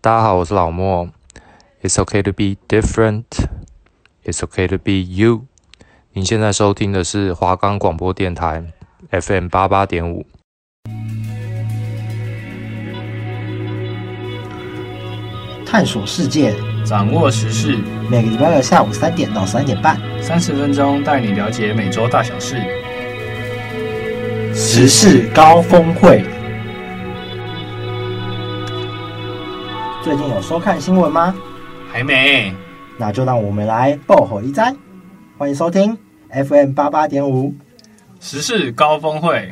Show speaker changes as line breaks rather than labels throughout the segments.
大家好，我是老莫。It's okay to be different. It's okay to be you. 您现在收听的是华冈广播电台 FM 八八点五。
探索世界，
掌握时事，
每个礼拜二下午三点到三点半，
三十分钟带你了解每周大小事。
时事高峰会。最近有收看新闻吗？
还没，
那就让我们来爆火一灾。欢迎收听 FM 八八点五。
时事高峰会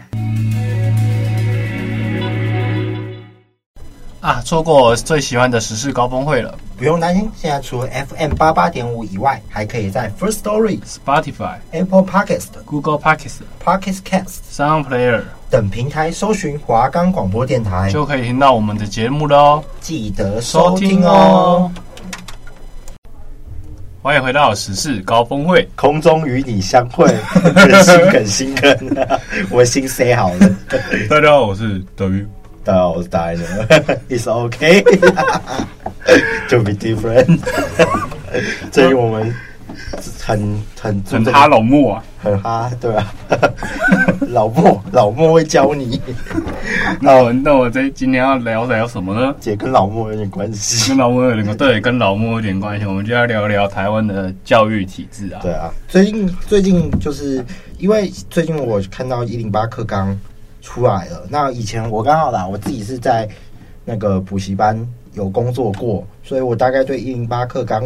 啊，错过我最喜欢的时事高峰会了
不用担心，现在除了 FM 八八点五以外，还可以在 First Story、
，Spotify、
Apple Podcast、
Google p o c k e t
Pocket Cast
Sound Player
等平台搜寻华冈广播电台，
就可以听到我们的节目了哦，
记得收听哦。。
欢迎回到时事高峰会，
空中与你相会，梗心梗心梗，我心塞好了。
大家好，我是德云。
大家好，我是大了，It's OK，就 be different 。 最近我们很很注
很
重
哈老木啊，
很哈，对啊， 老莫老莫会教你，
那我哦那我这今天要聊聊什么呢？
姐跟老莫有点关系。
跟老木有点对，跟老木有点关系。我们就要聊聊台湾的教育体制啊。
对啊，最近最近就是因为最近我看到一零八课纲出来了，那以前我刚好啦，我自己是在那个补习班有工作过，所以我大概对一零八课纲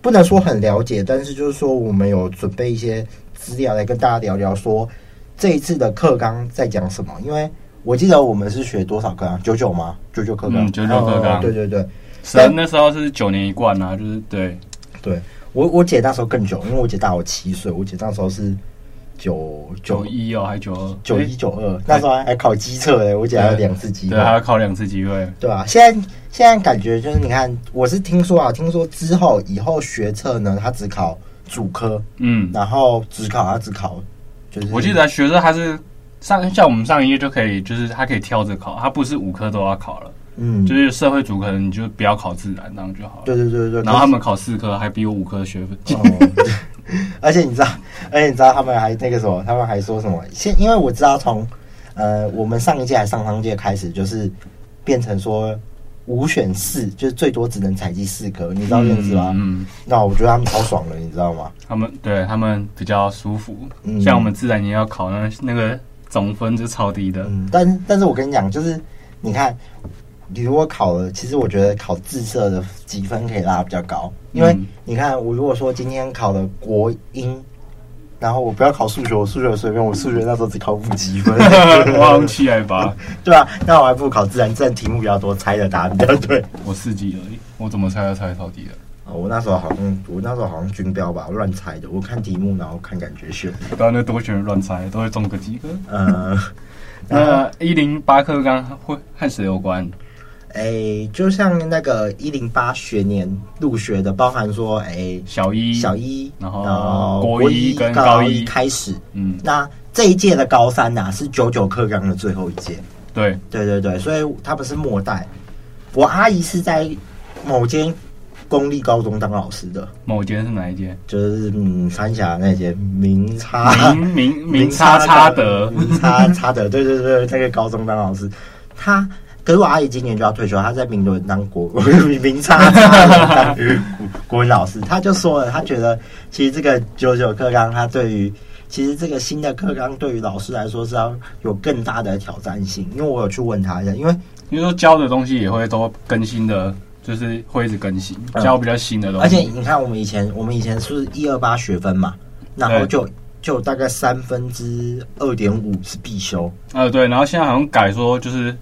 不能说很了解，但是就是说我们有准备一些资料来跟大家聊聊说这一次的课纲在讲什么，因为。我记得我们是学多少课纲？九九吗？九九课纲，
嗯99课纲
哦对对对，
神那时候是九年一贯啊，就是对，
我我姐那时候更久，因为我姐大我七岁，我姐那时候是九
九
九
一哦，还九二，
九一九二，那时候还还考机测嘞，我姐还有两次机
对，还
测，
要考两次机会。
对吧、现在现在感觉就是你看，我是听说啊，听说之后以后学测呢，他只考主科，
嗯，
然后只考他只考，就是
我记得学生他是上像我们上一届就可以，就是他可以挑着考，他不是五科都要考了，
嗯，
就是社会组可能你就不要考自然，这样就好了。
对对对对，
然后他们考四科，还比我五科学分。
哦， 而且你知道，而且你知道他们还那个什么，他们还说什么？现因为我知道从呃我们上一届还上上届开始，就是变成说五选四，就是最多只能采集四科，你知道这件事吗？
嗯，嗯
那我觉得他们超爽了，你知道吗？
他们对他们比较舒服，
嗯
像我们自然也要考那那个总分就超低的。
嗯，但但是我跟你讲，就是你看，你如果考了，其实我觉得考自测的积分可以拉得比较高，因为
嗯
你看，我如果说今天考了国英。然后我不要考数学，我数学随便，我数学那时候只考五积 分，
我好像七来八，
对啊，那我还不如考自然，自然题目比较多，猜的答案比较对。
我四级而已，我怎么猜都猜超低的。
哦，我那时候好像，我那时候好像军标吧，我乱猜的。我看题目，然后看感觉选。
不要那多选乱猜，都会中个几个。
呃，
那一零八课纲会和谁有关？
哎，就像那个一零八学年入学的，包含说，哎，
小一，
小，一，
然后
国
国一跟
高
高一
开始。
嗯，
那这一届的高三呐、是九九课纲的最后一届。
对，
对对对，所以他们是末代。我阿姨是在某间公立高中当老师的。
某间是哪 一间？
就是嗯，三峡那些明差
明明明差差德，
明差差德，对对对，那个高中当老师，他可是我阿姨今年就要退休，她在明伦当国 明差差德当国文老师，他就说了，他觉得其实这个九九课纲，他对于其实这个新的课纲对于老师来说是要有更大的挑战性，因为我有去问他一下，因为
你说教的东西也会都更新的，就是会一直更新，
嗯
教比较新的东西。
而且你看，我们以前我们以前是一二八学分嘛，然后
对
就就大概三分之二点五是必修，
呃，对，然后现在好像改说就是。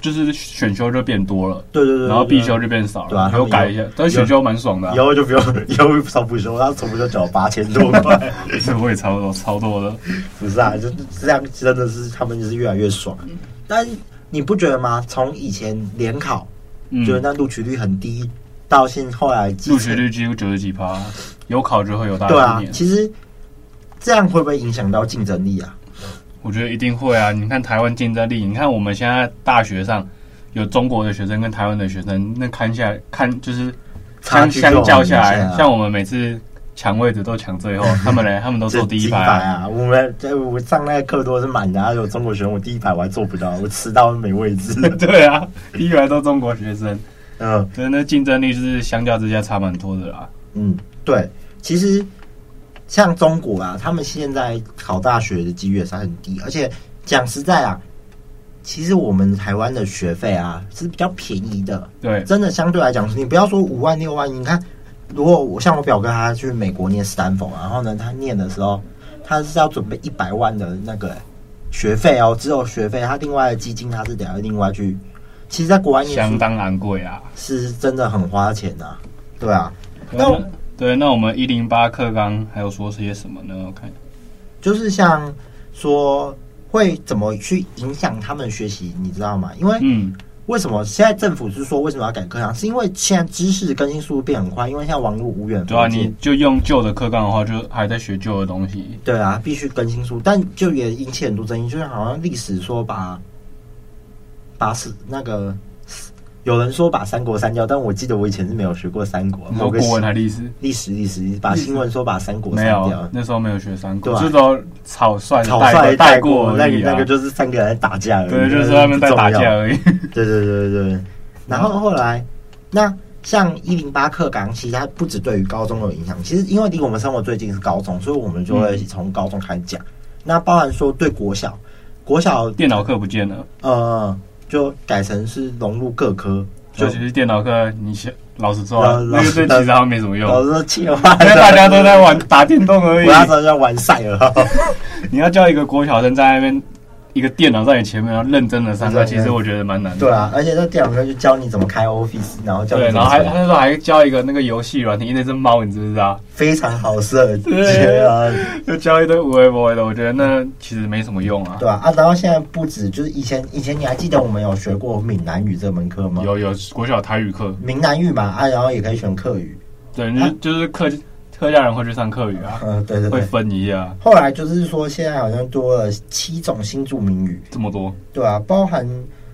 就是选修就变多了，
对对对对
然后必
对
修就变少
对啊
了，
他
有
们
改
有
一下，但是选修蛮爽的啊
以，后就不用，以后从补修，他从补修缴八千多块，
是我也超多超多的，
不是啊，就是这样，真的是他们就是越来越爽。但你不觉得吗？从以前联考，
嗯
就是那录取率很低，到现后来基
入
层
学率几乎九十几趴，有考就会有大
对
一
啊，
年。
其实这样会不会影响到竞争力啊？
我觉得一定会啊！你看台湾竞争力，你看我们现在大学上有中国的学生跟台湾的学生，那看下来看就是
差
相
距就
相较下
很明显
来，
啊
像我们每次抢位置都抢最后，他们嘞，他们 都
这
坐第一
金
排
牌
啊。
啊！我们在我上那个课桌是满的，还有中国学生，我第一排我还坐不到，我迟到没位置。
对啊，第一排都中国学生，
嗯
真的竞争力是相较之下差蛮多的啦。
嗯，对，其实像中国啊，他们现在考大学的几率也是很低，而且讲实在啊，其实我们台湾的学费啊是比较便宜的，
对，
真的相对来讲，你不要说五万六万，你看，如果我像我表哥他去美国念斯坦福，啊然后呢，他念的时候他是要准备一百万的那个学费哦，只有学费，他另外的基金他是得要另外去。其实，在国外念
相
书
当昂贵啊。
是真的很花钱呐、对啊，那
那
我
对，那我们一零八课纲还有说些什么呢？我看
就是像说会怎么去影响他们学习，你知道吗？因为
嗯，
为什么现在政府是说为什么要改课堂，是因为现在知识更新速度变很快，因为现在网络无远弗
对啊，
届
你就用旧的课纲的话，就还在学旧的东西。
对啊，必须更新书，但就也引起很多争议，就是好像历史说把把是那个有人说把三国删掉，但我记得我以前是没有学过三国，
你说
某个
国文还历史？
历史历史把新闻说把三国删
没有
掉，，
那时候没有学三国，
对啊
这时候草率
草
带
率
带
过，
而
那个
已
那
啊
个。就是三个人在打架而已，
对，就是
那
他
个不
们在
重
打
要
架而已。
对对对对对。然后后来，那像一零八课纲，其实它不止对于高中有影响，其实因为离我们生活最近是高中，所以我们就会从高中开始讲。那包含说对国小，国小
电脑课不见了，
呃就改成是融入各科，就
尤其是电脑课，你想老实说啊，
老
那个对
老
其实好像没什么用，
老师说气话，
因为大家都在玩打电动而
我
已。
那时候在玩赛尔号，
你要叫一个国小生在那边一个电脑在你前面，然后认真的上课，其实我觉得蛮难的。
对啊，而且那电脑课就教你怎么开 Office，然后教你
对，
怎
然
么
后还
做
他那时候还教一个那个游戏软体，那只猫你知不知道？
非常好设计啊，
就教一堆无为不为的，我觉得那其实没什么用啊。
对啊，啊，然后现在不止，就是以前以前你还记得我们有学过闽南语这门课吗？
有有国小台语课，
闽南语嘛，啊，然后也可以选客语，
对，就是就是客客家人会去上客语啊，
嗯，啊对对
会
对。
分啊一下
后来就是说，现在好像多了七种新著名语，
这么多。
对啊，包含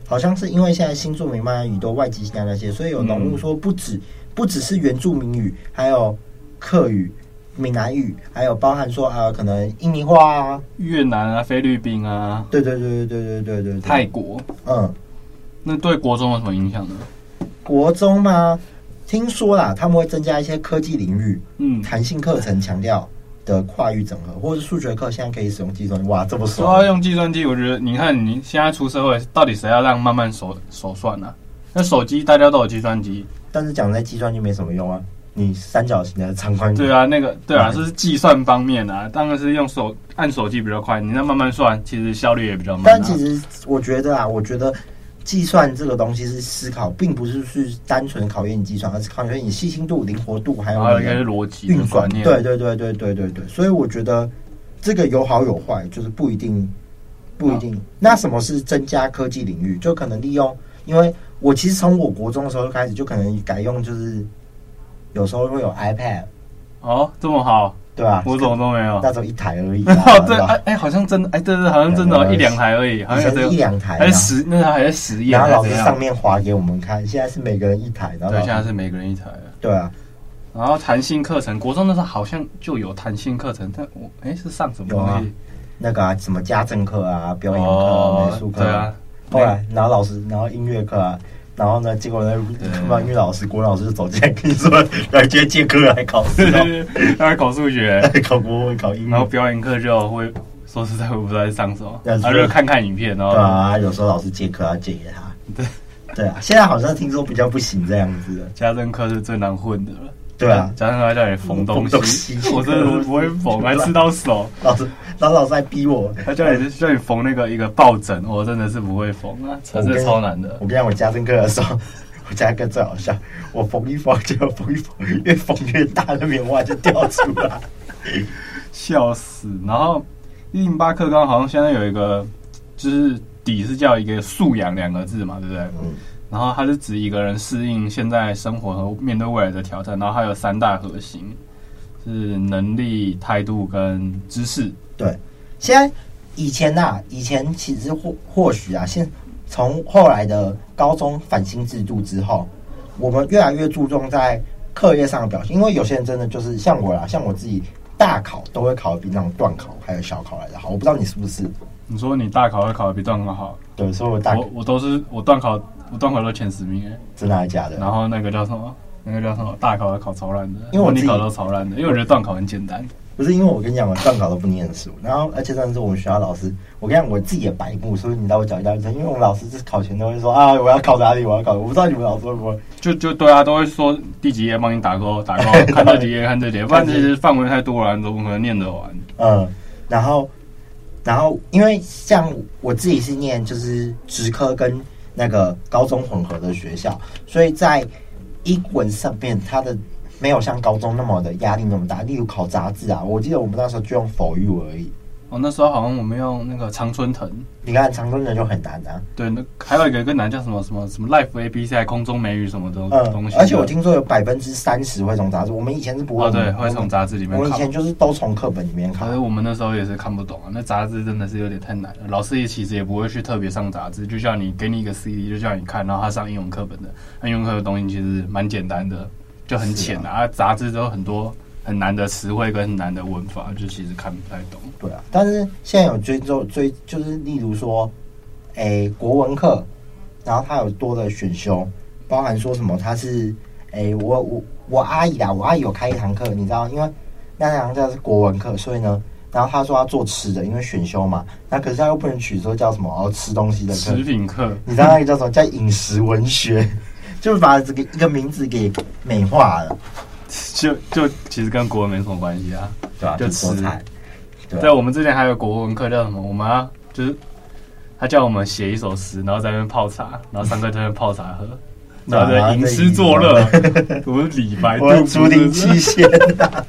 好像是因为现在新著名慢慢语都外籍性啊那些，所以有
嗯
浓入说不止、不只是原住民语，还有客语、闽南语，还有包含说啊、可能印尼话啊，
越南啊，菲律宾啊，
对对对对对对对对对，
泰国，
嗯，
那对国中有什么影响呢？
国中嘛，听说啦，他们会增加一些科技领域，
嗯，
弹性课程强调的跨域整合，或者是数学课现在可以使用计算机，哇，这么
说到
爽！
啊用计算机，我觉得你看你现在出社会，到底谁要让慢慢手手算呢、那手机大家都有计算机，
但是讲在计算机没什么用啊，你三角形的长宽
对
角，
啊，那个对啊，
嗯
这是计算方面啊，当然是用手按手机比较快，你那慢慢算，其实效率也比较慢、啊。
但其实我觉得啊，我觉得计算这个东西是思考，并不是是单纯考验你计算，而是考验你细心度、灵活度，还
然后
有
应
你
该
的
是逻辑的
运
观
算。
念，啊
对对对对对对对，所以我觉得这个有好有坏，就是不一定不一定。那什么是增加科技领域？就可能利用，因为我其实从我国中的时候就开始，就可能改用就是有时候会有 iPad，
哦，这么好，
对吧？
我怎么都没有。
那时候一台而已、啊，
哦 ，
对
对，哎
吧？
哎，好像真的，哎，对对，好像真的
对
哦
对
一两台而已，好
以前
像有这
是一
个，
两台，啊
还是实，那时候还在实验，
然后
还
老
是
师
怎样
上啊面划给我们看，现在是每个人一台，然后
对，现
老
在
师
是每个人一台了。
对啊，
然后弹性课程，国中那时候好像就有弹性课程，但我哎是上什么东西？
那个啊什么家政课啊、表演课啊、美术课
对啊，
后来，然后老师，然后音乐课啊，然后呢，结果呢，不音乐老师、国文老师就走进来跟你说，来今天借课来考试
对
哦，
对啊对，他考数学，
来考国文、考英
然后
语。
表演课就会说实在我不知道在上 什么，
那
然
是
后就看看影片，然
啊对
后
啊，有时候老师借课要借给他。
对
对 啊，现在好像听说比较不行这样子的。
家政课是最难混的了。
对啊，
家政课还叫你缝东
缝东
西
西，
我真的是不会缝，还吃到手。
老师，然后老师还逼我。
他叫你叫你缝那个一个抱枕，我真的是不会缝啊，真的超难的
我。跟你讲，我家政课的时候， 我家政课最好笑，我缝一缝，结果缝一缝，越缝越大，那棉花就掉出来。
笑死！然后一零八课纲好像现在有一个，就是底是叫一个素养两个字嘛，对不对？
嗯
然后它是指一个人适应现在生活和面对未来的挑战，然后它有三大核心，是能力、态度跟知识。
现在以前呐、以前其实或或许啊，现从后来的高中返新制度之后，我们越来越注重在课业上的表现，因为有些人真的就是像我啦，像我自己大考都会考得比那种段考还有小考来的好，我不知道你是不是。
你说你大考会考的比段考好，
对，所以我大
我我都是我段考我段考都前十名哎、
真的还是假的？
然后那个叫什么？那个叫什么？大考还考超烂的，
因为我自
你
己
考都超烂的，因为我觉得段考很简单。
不是因为我跟你讲，我段考都不念书，然后而且真的是我们学校老师，我跟你讲我自己也白目，所以你知道我讲一大堆，因为我们老师就是考前都会说啊，我要考哪里，我要考，我不知道你们老师会不会。
就就对啊，都会说第几页帮你打勾打勾，看这几页看这几页，不然其实范围太多了，你怎么可能念得完？
嗯，然后，然后因为像我自己是念就是职科跟那个高中混合的学校，所以在英文上面它的没有像高中那么的压力那么大。例如考杂志啊，我记得我们那时候就用 for you 而已。
哦，那时候好像我们用那个常春藤，
你看长春人就很难啊，
对，那还有一个更难叫什么什么什么 Life A B C 还空中美语什么的东
嗯
西，的。
而且我听说有百分之三十会从杂志，我们以前是不会
哦，
的，
对，会从杂志里面
我们以
考。
前就是都从课本里面考
可。是我们那时候也是看不懂啊，那杂志真的是有点太难了。老师也其实也不会去特别上杂志，就叫你给你一个 CD，就叫你看，然后他上英文课本的。那英文课的东西其实蛮简单的，就很浅的啊。啊杂志都很多很难的词汇跟很难的文法，就其实看不太懂。
对啊，但是现在有追究追，就是例如说，诶、国文课，然后它有多的选修，包含说什么它是，诶、我我我阿姨啦，啊我阿姨有开一堂课，你知道，因为那堂课是国文课，所以呢，然后她说要做吃的，因为选修嘛，那可是她又不能取说叫什么哦吃东西的课
食，品课，
你知道那个叫什么叫饮食文学， 就是把这个一个名字给美化了，
就就其实跟国文没什么关系啊。
对吧、
就
做
吃
菜，对
对，我们之前还有国文课叫什么？我们、啊、就是他叫我们写一首诗，然后在那边泡茶，然后上课在那边泡茶 喝，
对
然
啊
后啊在吟诗作乐。 我们李白、
我
杜
竹
甫
林
哎是
七 贤啊，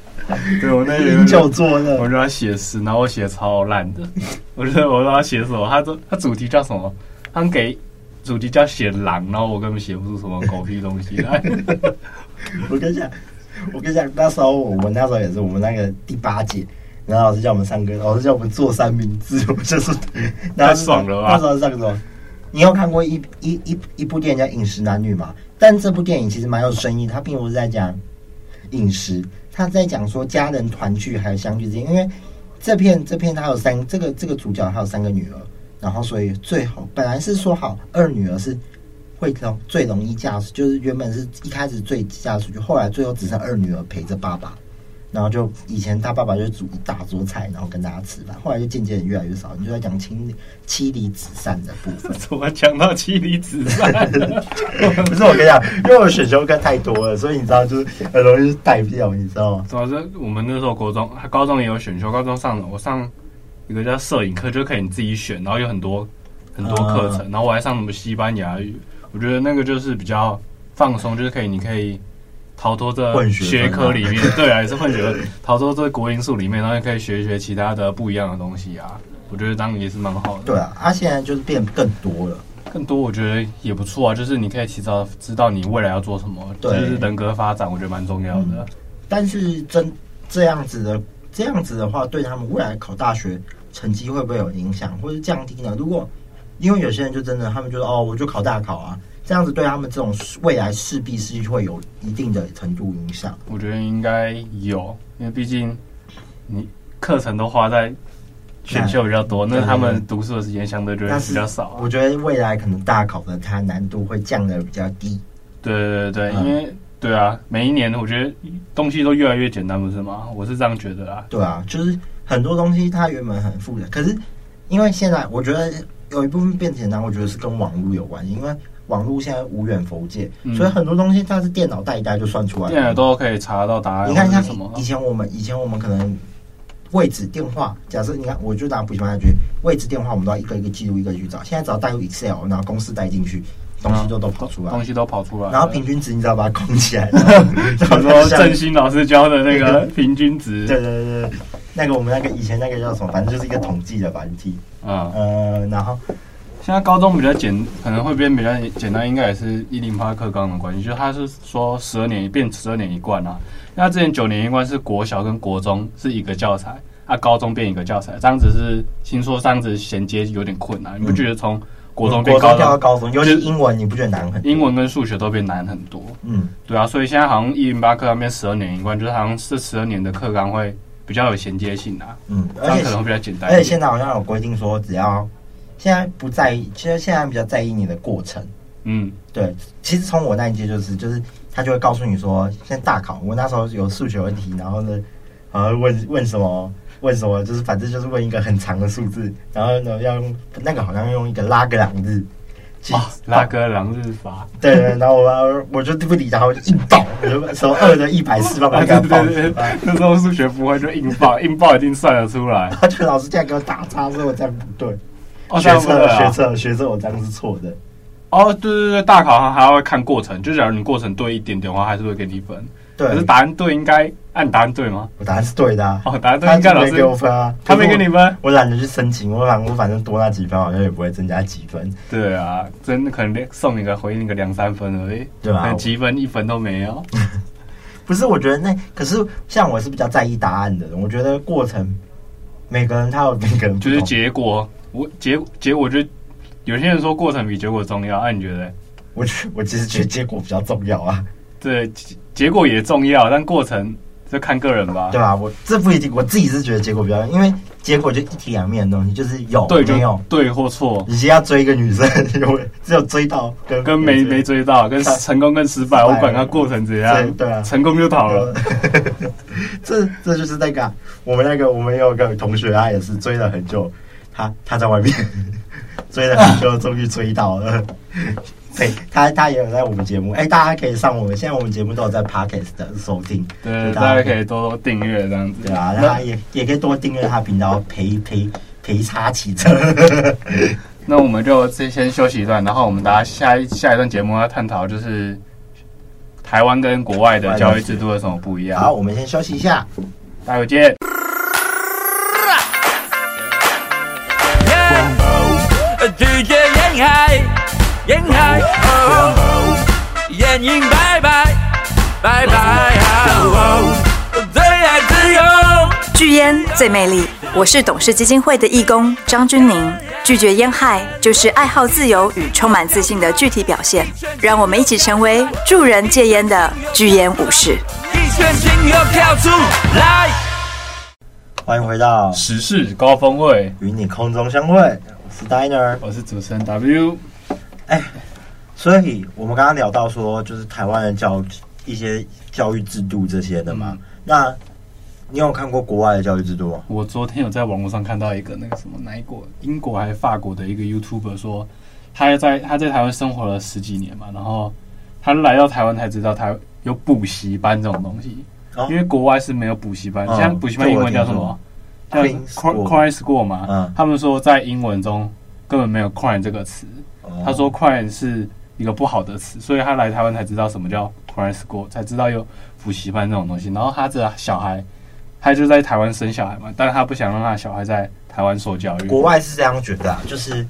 对我那
饮酒
有，
作乐
我。让他写诗，然后我写超烂的。 我觉得我让他写什么？他都他主题叫什么？他给主题叫写狼，然后我根本写不出什么狗屁东西来。
我跟你讲，我跟你讲，那时候我们那时候也是我们那个第八届，然后老师叫我们上课，老师叫我们做三明治，我 就是
太爽了吧
那时候上什么？你有看过一一一一部电影叫《饮食男女》嘛？但这部电影其实蛮有深意，它并不是在讲饮食，它在讲说家人团聚还有相聚之间。因为这片这片它有三这个这个主角他有三个女儿，然后所以最后本来是说好二女儿是会容最容易嫁出，就是原本是一开始最嫁出去，后来最后只剩二女儿陪着爸爸，然后就以前他爸爸就煮一大桌菜，然后跟大家吃饭，后来就渐渐越来越少，你就在讲妻妻离子散的部分。
怎么讲到妻离子散？
不是我跟你讲，因为我选修课太多了，所以你知道就是很容易带掉，你知道吗？
主啊要是我们那时候国中、高中也有选修，高中上了我上一个叫摄影课，就可以你自己选，然后有很多很多课
啊
程，然后我还上什么西班牙语，我觉得那个就是比较放松，就是可以你可以逃脱这
混血
学
分
科
啊
里 面，对啊，也是混学科，逃脱这国因素里面，然后也可以学一学其他的不一样的东西啊，我觉得当然也是蛮好的。
对啊，啊，现在就是变更多了，
更多我觉得也不错啊，就是你可以提早知道你未来要做什么，就
对
是人格发展，我觉得蛮重要的。
但是真这样子的这样子的话，对他们未来考大学成绩会不会有影响，或是降低呢？如果因为有些人就真的，他们就说哦，我就考大考啊，这样子对他们这种未来势必是会有一定的程度影响。
我觉得应该有，因为毕竟你课程都花在选秀比较多，那
对
他们读书的时间相对就会
但
比
是
较少啊、
我觉得未来可能大考的它难度会降得比较低。
对对对对，
嗯
因为对啊，每一年我觉得东西都越来越简单，不是吗？我是这样觉得啦。
对啊，就是很多东西它原本很复杂，可是因为现在我觉得有一部分变简单，我觉得是跟网络有关系，因为网络现在无远佛界，
嗯啊
所以很多东西它是电脑带一带就算出来了。
电脑都可以查到答案，
你看
啊或者
像
是什么
以前我们以前我们可能位置电话，假设你看我就拿补习班来举例，位置电话我们都要一个一个记录一个去找，现在只要带入 Excel，然后公式带进去，东西就都跑出来。
东西都跑出来了，
然后 平均值你只要把它空起来，然后然后
比如说
像
振兴老师教的那个平均值，
对对对对，那个我们那个以前那个叫什么，反正就是一个统计的繁体。
啊、
呃，然后
现在高中比较简，可能会变比较简单，应该也是一零八课纲的关系，就是他是说十二年一变十二年一贯啊。那之前九年一贯是国小跟国中是一个教材，
嗯
啊，高中变一个教材，这样子是听说这样子衔接有点困难，你不觉得从国中变
国中
高
跳到
中，
高中，尤其英文，你不觉得难很？
英文跟数学都变难很多。
嗯，
对啊，所以现在好像一零八课纲变十二年一贯，就是好像这十二年的课纲会比较有衔接性啊，
嗯，
这
而
样
且
可能会比较简单
而且
一点。
现在好像有规定说，只要现在不在意，其实现在比较在意你的过程。
嗯，
对，其实从我那一届就是，就是他就会告诉你说，现在大考，我那时候有数学问题，然后呢，然后问问什么问什么，就是反正就是问一个很长的数字，然后呢要用那个好像用一个拉格朗日去
啊，拉格朗日法，
对对，然后我我就不理他，我就硬爆，我就什么二的一百四，把
啊
把
对
它
对
爆出
对
来
对。，那时候数学不会就硬报， 硬报一定算得出来。
他就老师这样给我打叉，所以我这样不对。
哦，这
学
样不
测
对
学
啊。
测学测我呃这样是错的。
哦，对对对，大考好像还要看过程，就假如你过程对一点点的话，还是会给你分。
对
可，是答案对，应该按答案对吗？
我答案是对的、啊。
哦，答案对，
他
应该
就
老
没给我
师
分啊，
他没给你。分。
我懒得去申请，我反我反正多那几分好像也不会增加几分，
对啊，真的可能连送你个回应个两三分而已，
对吧、啊
可能积分一分都没有。
不是，我觉得那可是像我是比较在意答案的人，我觉得过程每个人他有每个人不
就
同
是结果，我结结果就有些人说过程比结果重要，那、你觉得？
我觉我其实觉得结果比较重要啊，
对，结结果也重要，但过程就看个人吧
对。吧、我这不一定，我自己是觉得结果比较重要，因为结果就一体两面的东西，就是有
对，
没有
就。对或错，
你先要追一个女生， 有只有追到跟
跟没没
追
追到，跟
看
成功跟失败，
失败
我管它过程怎
对
样，
对啊，
成功就逃了。
这这就是那个啊、我们那个我们有个同学，他也是追了很久，他他在外面追了很 久，终于追到了。对，他他也有在我们节目，哎、大家可以上我们，现在我们节目都有在 Podcast 的收听，
对，
大
大
家
家可以多多订阅这样子。
对啊，那他
那
也也可以多订阅他频道，陪陪陪他骑车。
那我们就先先休息一段，然后我们大家下一下一段节目要探讨就是台湾跟国外的教育制度有什么不一样。
好，，我们先休息一下。
待会见。
拒绝沿海，沿海，哦，眼影拜拜，拜拜，哦，最爱自由。
拒烟最美丽。我是董事基金会的义工张君宁。拒绝烟害就是爱好自由与充满自信的具体表现。让我们一起成为助人戒烟的拒烟武士。
一圈精油跳出来。
欢迎回到
时事高峰会，
与你空中相会，我是 Diner。
我是主持人 W。
所以我们刚刚聊到说，就是台湾的教一些教育制度这些的嘛。
嗯
那你有看过国外的教育制度吗？
我昨天有在网络上看到一个那个什么哪一国，英国还是法国的一个 YouTuber 说，他在他在台湾生活了十几年嘛，然后他来到台湾才知道台有补习班这种东西，
哦
因为国外是没有补习班，
嗯
像补习班英文叫什么？
这
叫
我听说
Cr- Crime School 嘛，
嗯
他们说在英文中根本没有 crime 这个词，
哦
他说 crime 是一个不好的词，所以他来台湾才知道什么叫 crime school，才知道有补习班这种东西。然后他这小孩，他就在台湾生小孩嘛，但是他不想让他的小孩在台湾受教育。
国外是这样觉得、啊，就是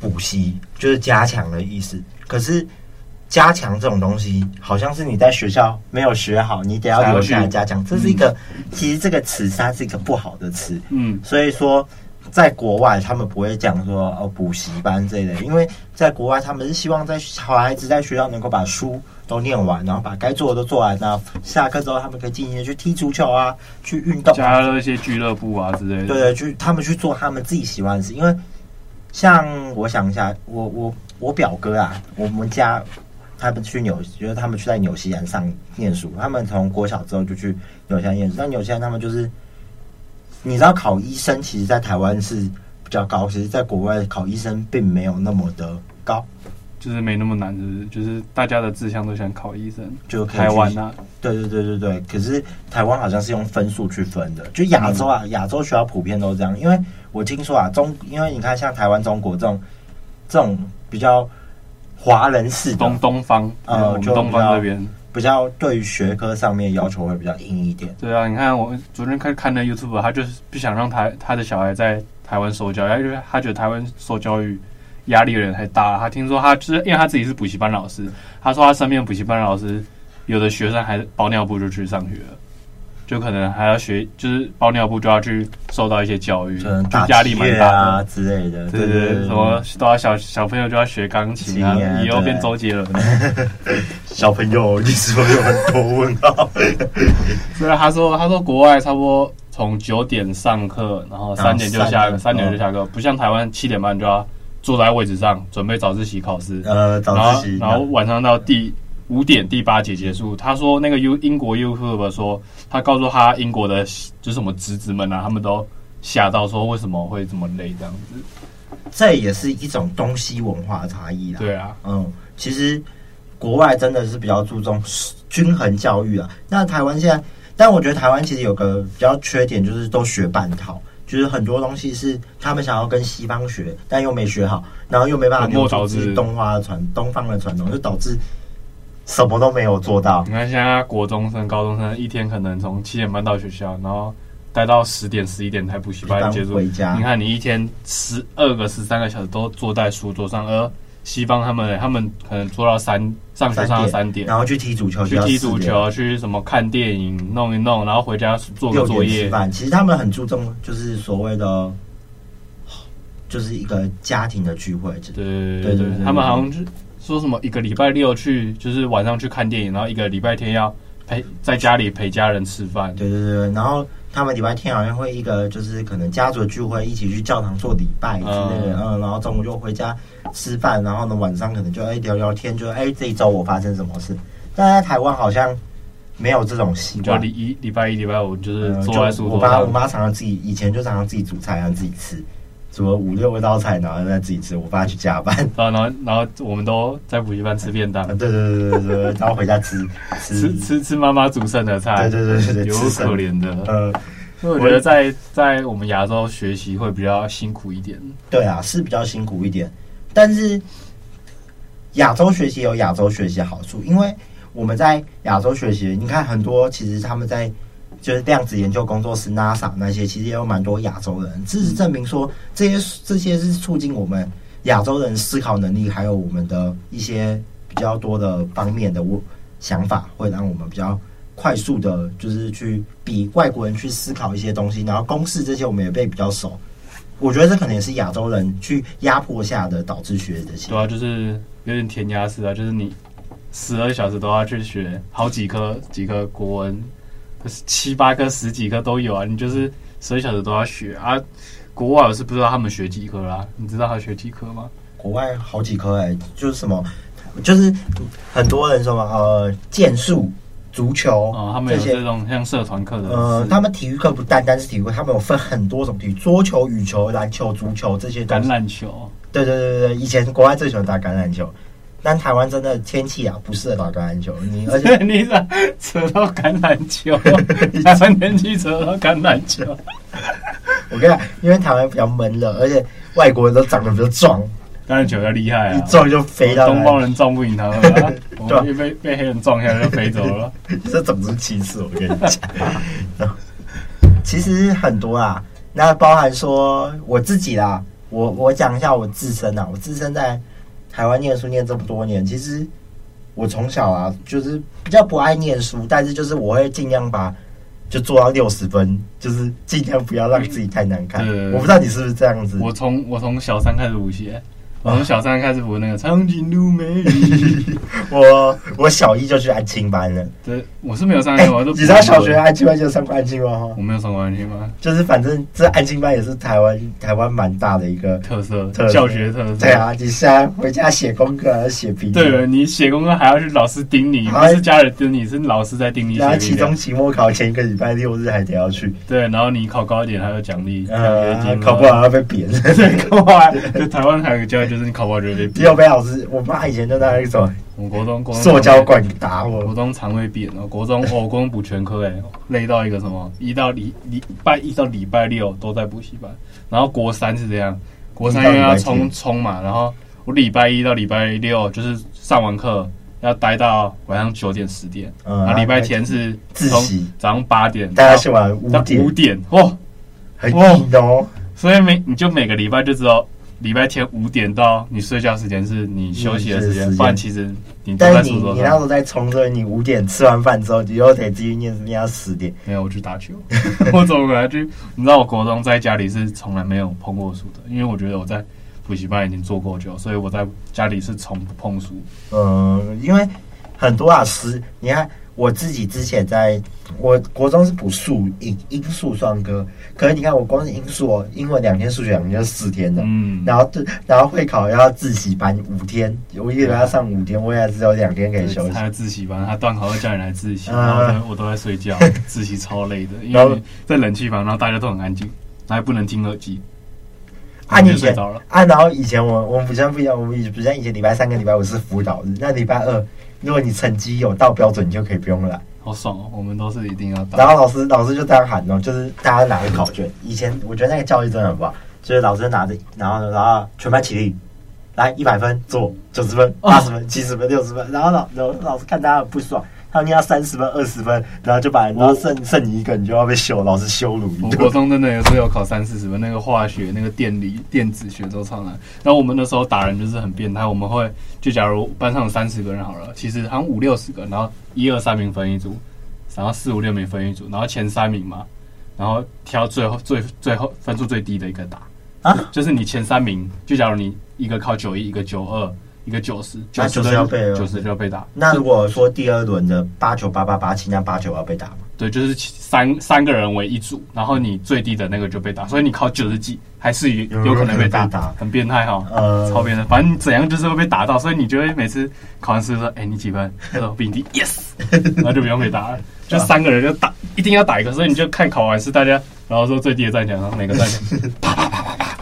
补习就是加强的意思。可是加强这种东西，好像是你在学校没有学好，你得要留下来加强。这是一个，其实这个词它是一个不好的词。
嗯，
所以说，在国外他们不会讲说哦补习班这一类，因为在国外他们是希望在小孩子在学校能够把书都念完，然后把该做的都做完，然后下课之后他们可以尽情的去踢足球啊，去运动、
加入一些俱乐部啊之类的。
对对，去他们去做他们自己喜欢的事，因为像我想一下，我我我表哥啊，我们家他们去纽，就是他们去在纽西兰上念书，他们从国小之后就去纽西兰念书。那纽西兰他们就是，你知道考医生，其实在台湾是比较高，其实在国外考医生并没有那么的高，
就是没那么难，是不是？就是大家的志向都想考医生。
就可以去
台湾啊，
对对对对对，可是台湾好像是用分数去分的，就亚洲
嗯
啊，亚洲学校普遍都这样。因为我听说啊，中因为你看像台湾、中国这种这种比较华人式的
东，东方，嗯
呃
我们
就
东
比较
方这边。
比较对于学科上面要求会比较硬一点。
对啊，你看我昨天看看那 YouTube，他就是不想让台他的小孩在台湾受教育，他就他觉得台湾受教育压力有点太大了。他听说他就是因为他自己是补习班老师，他说他身边补习班老师有的学生还包尿布就去上学了，就可能还要学，就是包尿布就要去受到一些教育，
可
就
能打
压力蛮
击乐
大的。
啊之类的，
对对对，什么都要小小朋友就要学钢琴啊
琴啊，
以后变
对
周杰伦了。
小朋友，你是不是有很多问号？
所以他说，他说国外差不多从九点上课，然后三点就下课，
啊三
三
点
点就下课，不像台湾七点半就要坐在位置上准备早自习考试，
呃，
然
早
后
自习，
然后晚上到第五点第八节结束。他说那个 U 英国 YouTube 说，他告诉他英国的就是什么侄子们啊，他们都吓到说为什么会这么累这样子。
这也是一种东西文化的差异啦。
对啊，
嗯，其实国外真的是比较注重均衡教育啊。那台湾现在，但我觉得台湾其实有个比较缺点，就是都学半套，就是很多东西是他们想要跟西方学，但又没学好，然后又没办法
本末
留住
倒
自己
置
东方的传东方的传统，就导致什么都没有做到。
你看现在国中生、高中生一天可能从七点半到学校，然后待到十点、十一点才补习班结束。
回家
你看你一天十二个、十三个小时都坐在书桌上，而西方他们他们可能坐到三上学上到三点，
然后去踢足球，
去踢足球，去什么看电影弄一弄，然后回家做个
六
作
点吃
业。
饭，其实他们很注重就是所谓的，就是一个家庭的聚会，
对对
对
对
对对
对，他们好像就说什么一个礼拜六去，就是晚上去看电影，然后一个礼拜天要陪在家里陪家人吃饭。
对对对对，然后他们礼拜天好像会一个就是可能家族聚会，一起去教堂做礼拜之类的，嗯然后中午就回家吃饭，然后呢晚上可能就哎聊聊天，就哎这一周我发生什么事。但在台湾好像没有这种习
就
惯，
礼一礼拜一礼拜五就是
嗯
坐
就
在书
我
桌
爸
上
我，妈常常自己以前就常常自己煮菜，然后自己吃，煮了五六道菜，然后再自己吃。我爸去加班，
然后然后然后我们都在补习班吃便当
啊，对对对对对对，然后回家吃吃
吃。吃吃妈妈煮剩的菜，
对对对对对，
有
吃
可
剩
怜的。
呃，
所以我觉得在在我们亚洲学习会比较辛苦一点，
对啊，是比较辛苦一点，但是亚洲学习有亚洲学习的好处，因为我们在亚洲学习，你看很多其实他们在就是量子研究工作室 NASA 那些，其实也有蛮多亚洲人。事实证明说，这些这些是促进我们亚洲人思考能力，还有我们的一些比较多的方面的我想法，会让我们比较。快速的，就是去比外国人去思考一些东西，然后公式这些我们也被比较熟，我觉得这可能也是亚洲人去压迫下的导致学的习
对啊，就是有点填鸭式啊，就是你十二小时都要去学好几科几科国文，七八科十几科都有啊，你就是十二小时都要学啊。国外我是不知道他们学几科啦，你知道他学几科吗？
国外好几科哎、就是什么，就是很多人什么呃剑术、足球、
哦，他们
这
有
些
这种像社团课的，
呃，他们体育课不单单是体育课，他们有分很多种体育，桌球、羽球、篮球、足球这些东
橄
西。
榄球，
对对对对对，以前国外最喜欢打橄榄球，但台湾真的天气啊不适合打橄榄球，你而且
你咋扯到橄榄球？台湾天气扯到橄榄球，
我跟你讲，因为台湾比较闷热，而且外国人都长得比较壮，
橄榄球要厉害啊！
一撞就飞到
东方
来，
人撞不赢他们 啊，我
对啊
们一被被黑人撞下来就飞走了。
这种是歧视，我跟你讲。 然后其实很多啦，那包含说我自己啦，我我讲一下我自身啊，我自身在台湾念书念这么多年，其实我从小啊就是比较不爱念书，但是就是我会尽量把就做到六十分，就是尽量不要让自己太难看。
对
我不知道你是不是这样子，
我从我从小三开始补习，我
啊
从小三开始补那个《长颈鹿美女》。
我我小一就去安亲班了。
对，我是没有上
哎、
过，我都
你知
补
道小学安亲班就上过安亲班吗？
我没有上过安心班，
就是反正这安亲班也是台湾台湾蛮大的一个，
特色
特色
教学特色。
对，啊，你现在回家写功课还要写评
对
论，
了，你写功课还要去老师盯你，
还
不是家人盯你，是老师在盯你
然后
写
期
评
中、
量。
期末考前一个礼拜六日还得要去，
对，然后你考高一点还有奖励，奖学
呃，
金。
考不好，要被扁。
对，考不好， 就台湾还有个教育就是你考不好 就会被
只
扁。
有被老师，我妈以前就拿那种
我们国中国中
塑胶管打
国
我，
中常会扁哦，国中哦，国中补全科哎，累到一个什么，一到礼礼拜一到礼拜六都在补习班，然后国三是这样，国三因为要
一到礼拜
冲冲嘛，然后我礼拜一到礼拜六就是上完课要待到晚上九点十点，
嗯
然后礼拜天是
自
从
习
早上八点
大家
到
写完五
到
点
五，点哦，
很硬哦。
所以每你就每个礼拜就只有礼拜天五点到你睡觉时间是你休息的时
你嗯是时
间，
间
不然其实你都
但
在
是
书
你
桌
你那时
上。
候在冲，所以你五点吃完饭之后，你又得继续念念到十点。
没有，我去打球， 我从来去，你知道，我国中在家里是从来没有碰过书的，因为我觉得我在补习班已经做够久，所以我在家里是从不碰书。
嗯，因为很多老师，你看我自己之前在我国中是补数英英数双科，可是你看我光是英数哦，英文两天，数学两天就是四天的。
嗯，
然后对，然后会考要自习班五天，我一个礼拜要上五天，我也只有两天可以休息
他。的自习班，他断考会叫你来自习，
嗯
然后我都我都在睡觉，自习超累的，因
然后
为在冷气房，然后大家都很安静，然后还不能听耳机，
啊，
你
你
就
以
睡
前
着了。
啊，然后以前我我们不像不一样，我们以不像以前礼拜三跟礼拜五是辅导日，那礼拜二如果你成绩有到标准，你就可以不用来。
好爽哦！我们都是一定要打。
然后老师老师就这样喊哦，就是大家拿着考卷。以前我觉得那个教育真的很棒，就是老师拿着，然后呢然后全班起立，来一百分做九十分、八十分、七十分、六十分，然后老老老师看大家很不爽。他们要三十分、二十分，然后就把，然后剩剩你一个，你就要被羞，老师羞 辱
我
你。
国中真的有时候有考三四十分，那个化学、那个电力、电子学都上来。然后我们那时候打人就是很变态，我们会就假如班上有三十个人好了，其实好像五六十个，然后一二三名分一组，然后四五六名分一组，然后前三名嘛，然后挑最后最最后分数最低的一个打。
啊，
就是你前三名，就假如你一个考九一，一个九二，一个九十，
那
十
90要被
九十就要被打。
那如果说第二轮的八九八八八七，那八九要被打吗？
对，就是三三个人为一组，然后你最低的那个就被打，所以你考九十几还是有有可能被打，
有可能被打
很变态哈、
呃
超变态，反正怎样就是会被打到，所以你就会每次考完试说，哎、你几分？他说我比你低，yes，然后就不用被打了，就三个人就打，一定要打一个，所以你就看考完试大家，然后说最低的站起来，然后每个站起来，啪啪啪啪啪，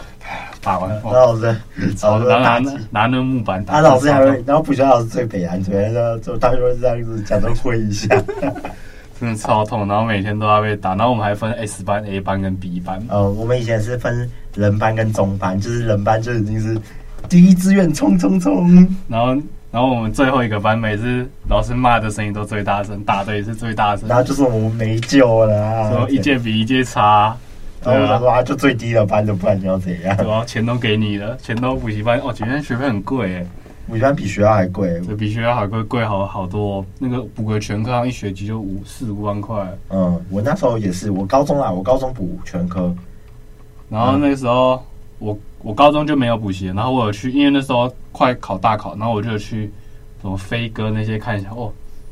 打完，
那
哇
老师，
然
老
后
师
拿
打
拿拿那木板打，
啊，老师还会，然后补习班老师最北安，北安的就他就会这样子假装挥一下。
真的超痛，然后每天都要被打，然后我们还分 S 班、A 班跟 B 班，
呃，我们以前是分人班跟中班，就是人班就已经是第一志愿冲冲冲，
然后然后我们最后一个班每次老师骂的声音都最大声，打的也是最大声
然，后就是我们没救了啊，
说一届比一届差，对
然后我
啊
想。说啊，就最低的班的，不然你要怎样？
对啊，钱都给你了，钱都补习班哦，今天学费很贵哎，
补习班比学校还贵，
这比学校还贵贵好好多、哦。那个补个全科好像一学期就五四五万块，
嗯，我那时候也是，我高中啊，我高中补全科，
然后那时候我我高中就没有补习了，然后我有去，因为那时候快考大考，然后我就有去什么飞哥那些看一下，哦，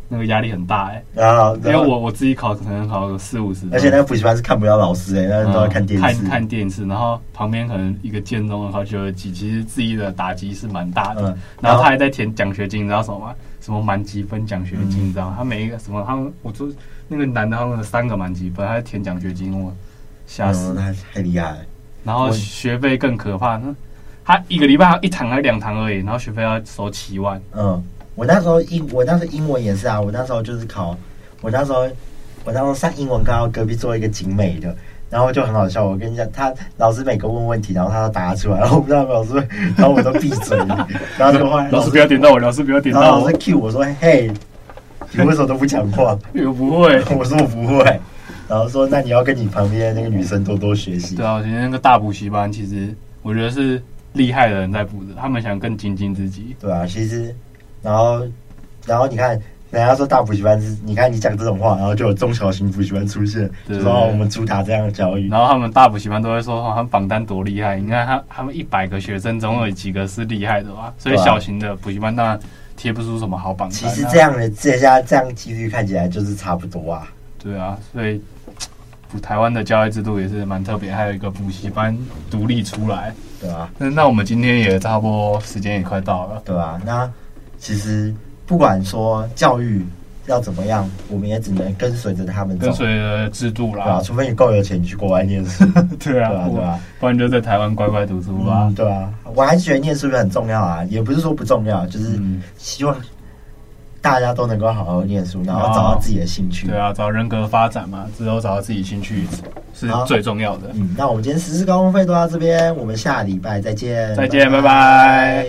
那个压力很大哎、
然后
因为
然后
我我自己考可能考个四五十分，
而且那个补习班是看不到老师诶、那
嗯
都要看电视，
看看电视，然后旁边可能一个建中的考九十几，其实自己的打击是蛮大的。
嗯
然后他还在填奖学金，你知道什么吗？什么满积分奖学金，你知道吗？他每一个什么，他们我就那个男的，他们有三个满积分，他在填奖学金，我吓死
嗯，。那太厉害了。
然后学费更可怕，那他一个礼拜一堂还两堂而已，然后学费要收七万，
嗯，我那时候英，我那时候英文也是啊，我那时候就是考，我那时候我那时候上英文课，然后隔壁做一个景美的。然后就很好笑，我跟你讲，他老师每个问问题，然后他都答得出来，然后我不知道老师， 然后我都闭嘴，然后就后来
老师不要点到我，老师不要点
然后
到
老
我
师，Q 我说，嘿，你为什么都不讲话？
我哎不会。
我说我不会，然后说那你要跟你旁边的那个女生多多学习
对。啊，我觉得那个大补习班其实我觉得是厉害的人在补的，他们想更精进自己。
对啊，其实，然后，然后你看，人家说大补习班是，你看你讲这种话，然后就有中小型补习班出现，
对
就说哦我们主打这样的教育。
然后他们大补习班都会说，哦、他们榜单多厉害，你看他他们一百个学生总有几个是厉害的吧？所以
对啊
小型的补习班当然贴不出什么好榜单、
其
啊。
实这，样的这下这样几率看起来就是差不多啊。
对啊，所以补台湾的教育制度也是蛮特别，还有一个补习班独立出来。
对吧、啊？
那那我们今天也差不多时间也快到了，
对吧、啊？那其实不管说教育要怎么样，我们也只能跟随着他们走，
跟随着制度
对吧、
啦
啊？，除非你够有钱，你去国外念书，
对啊，
对啊
不
对啊
不然就在台湾乖乖读书吧。
嗯，对啊，我还是觉得念书很重要啊，也不是说不重要，就是
嗯
希望大家都能够好好念书，然后找到自己的兴趣。
对啊，找人格发展嘛，之后找到自己兴趣是
好
最重要的。
嗯，那我们今天实施高公费都到这边，我们下礼拜再见，
再见拜拜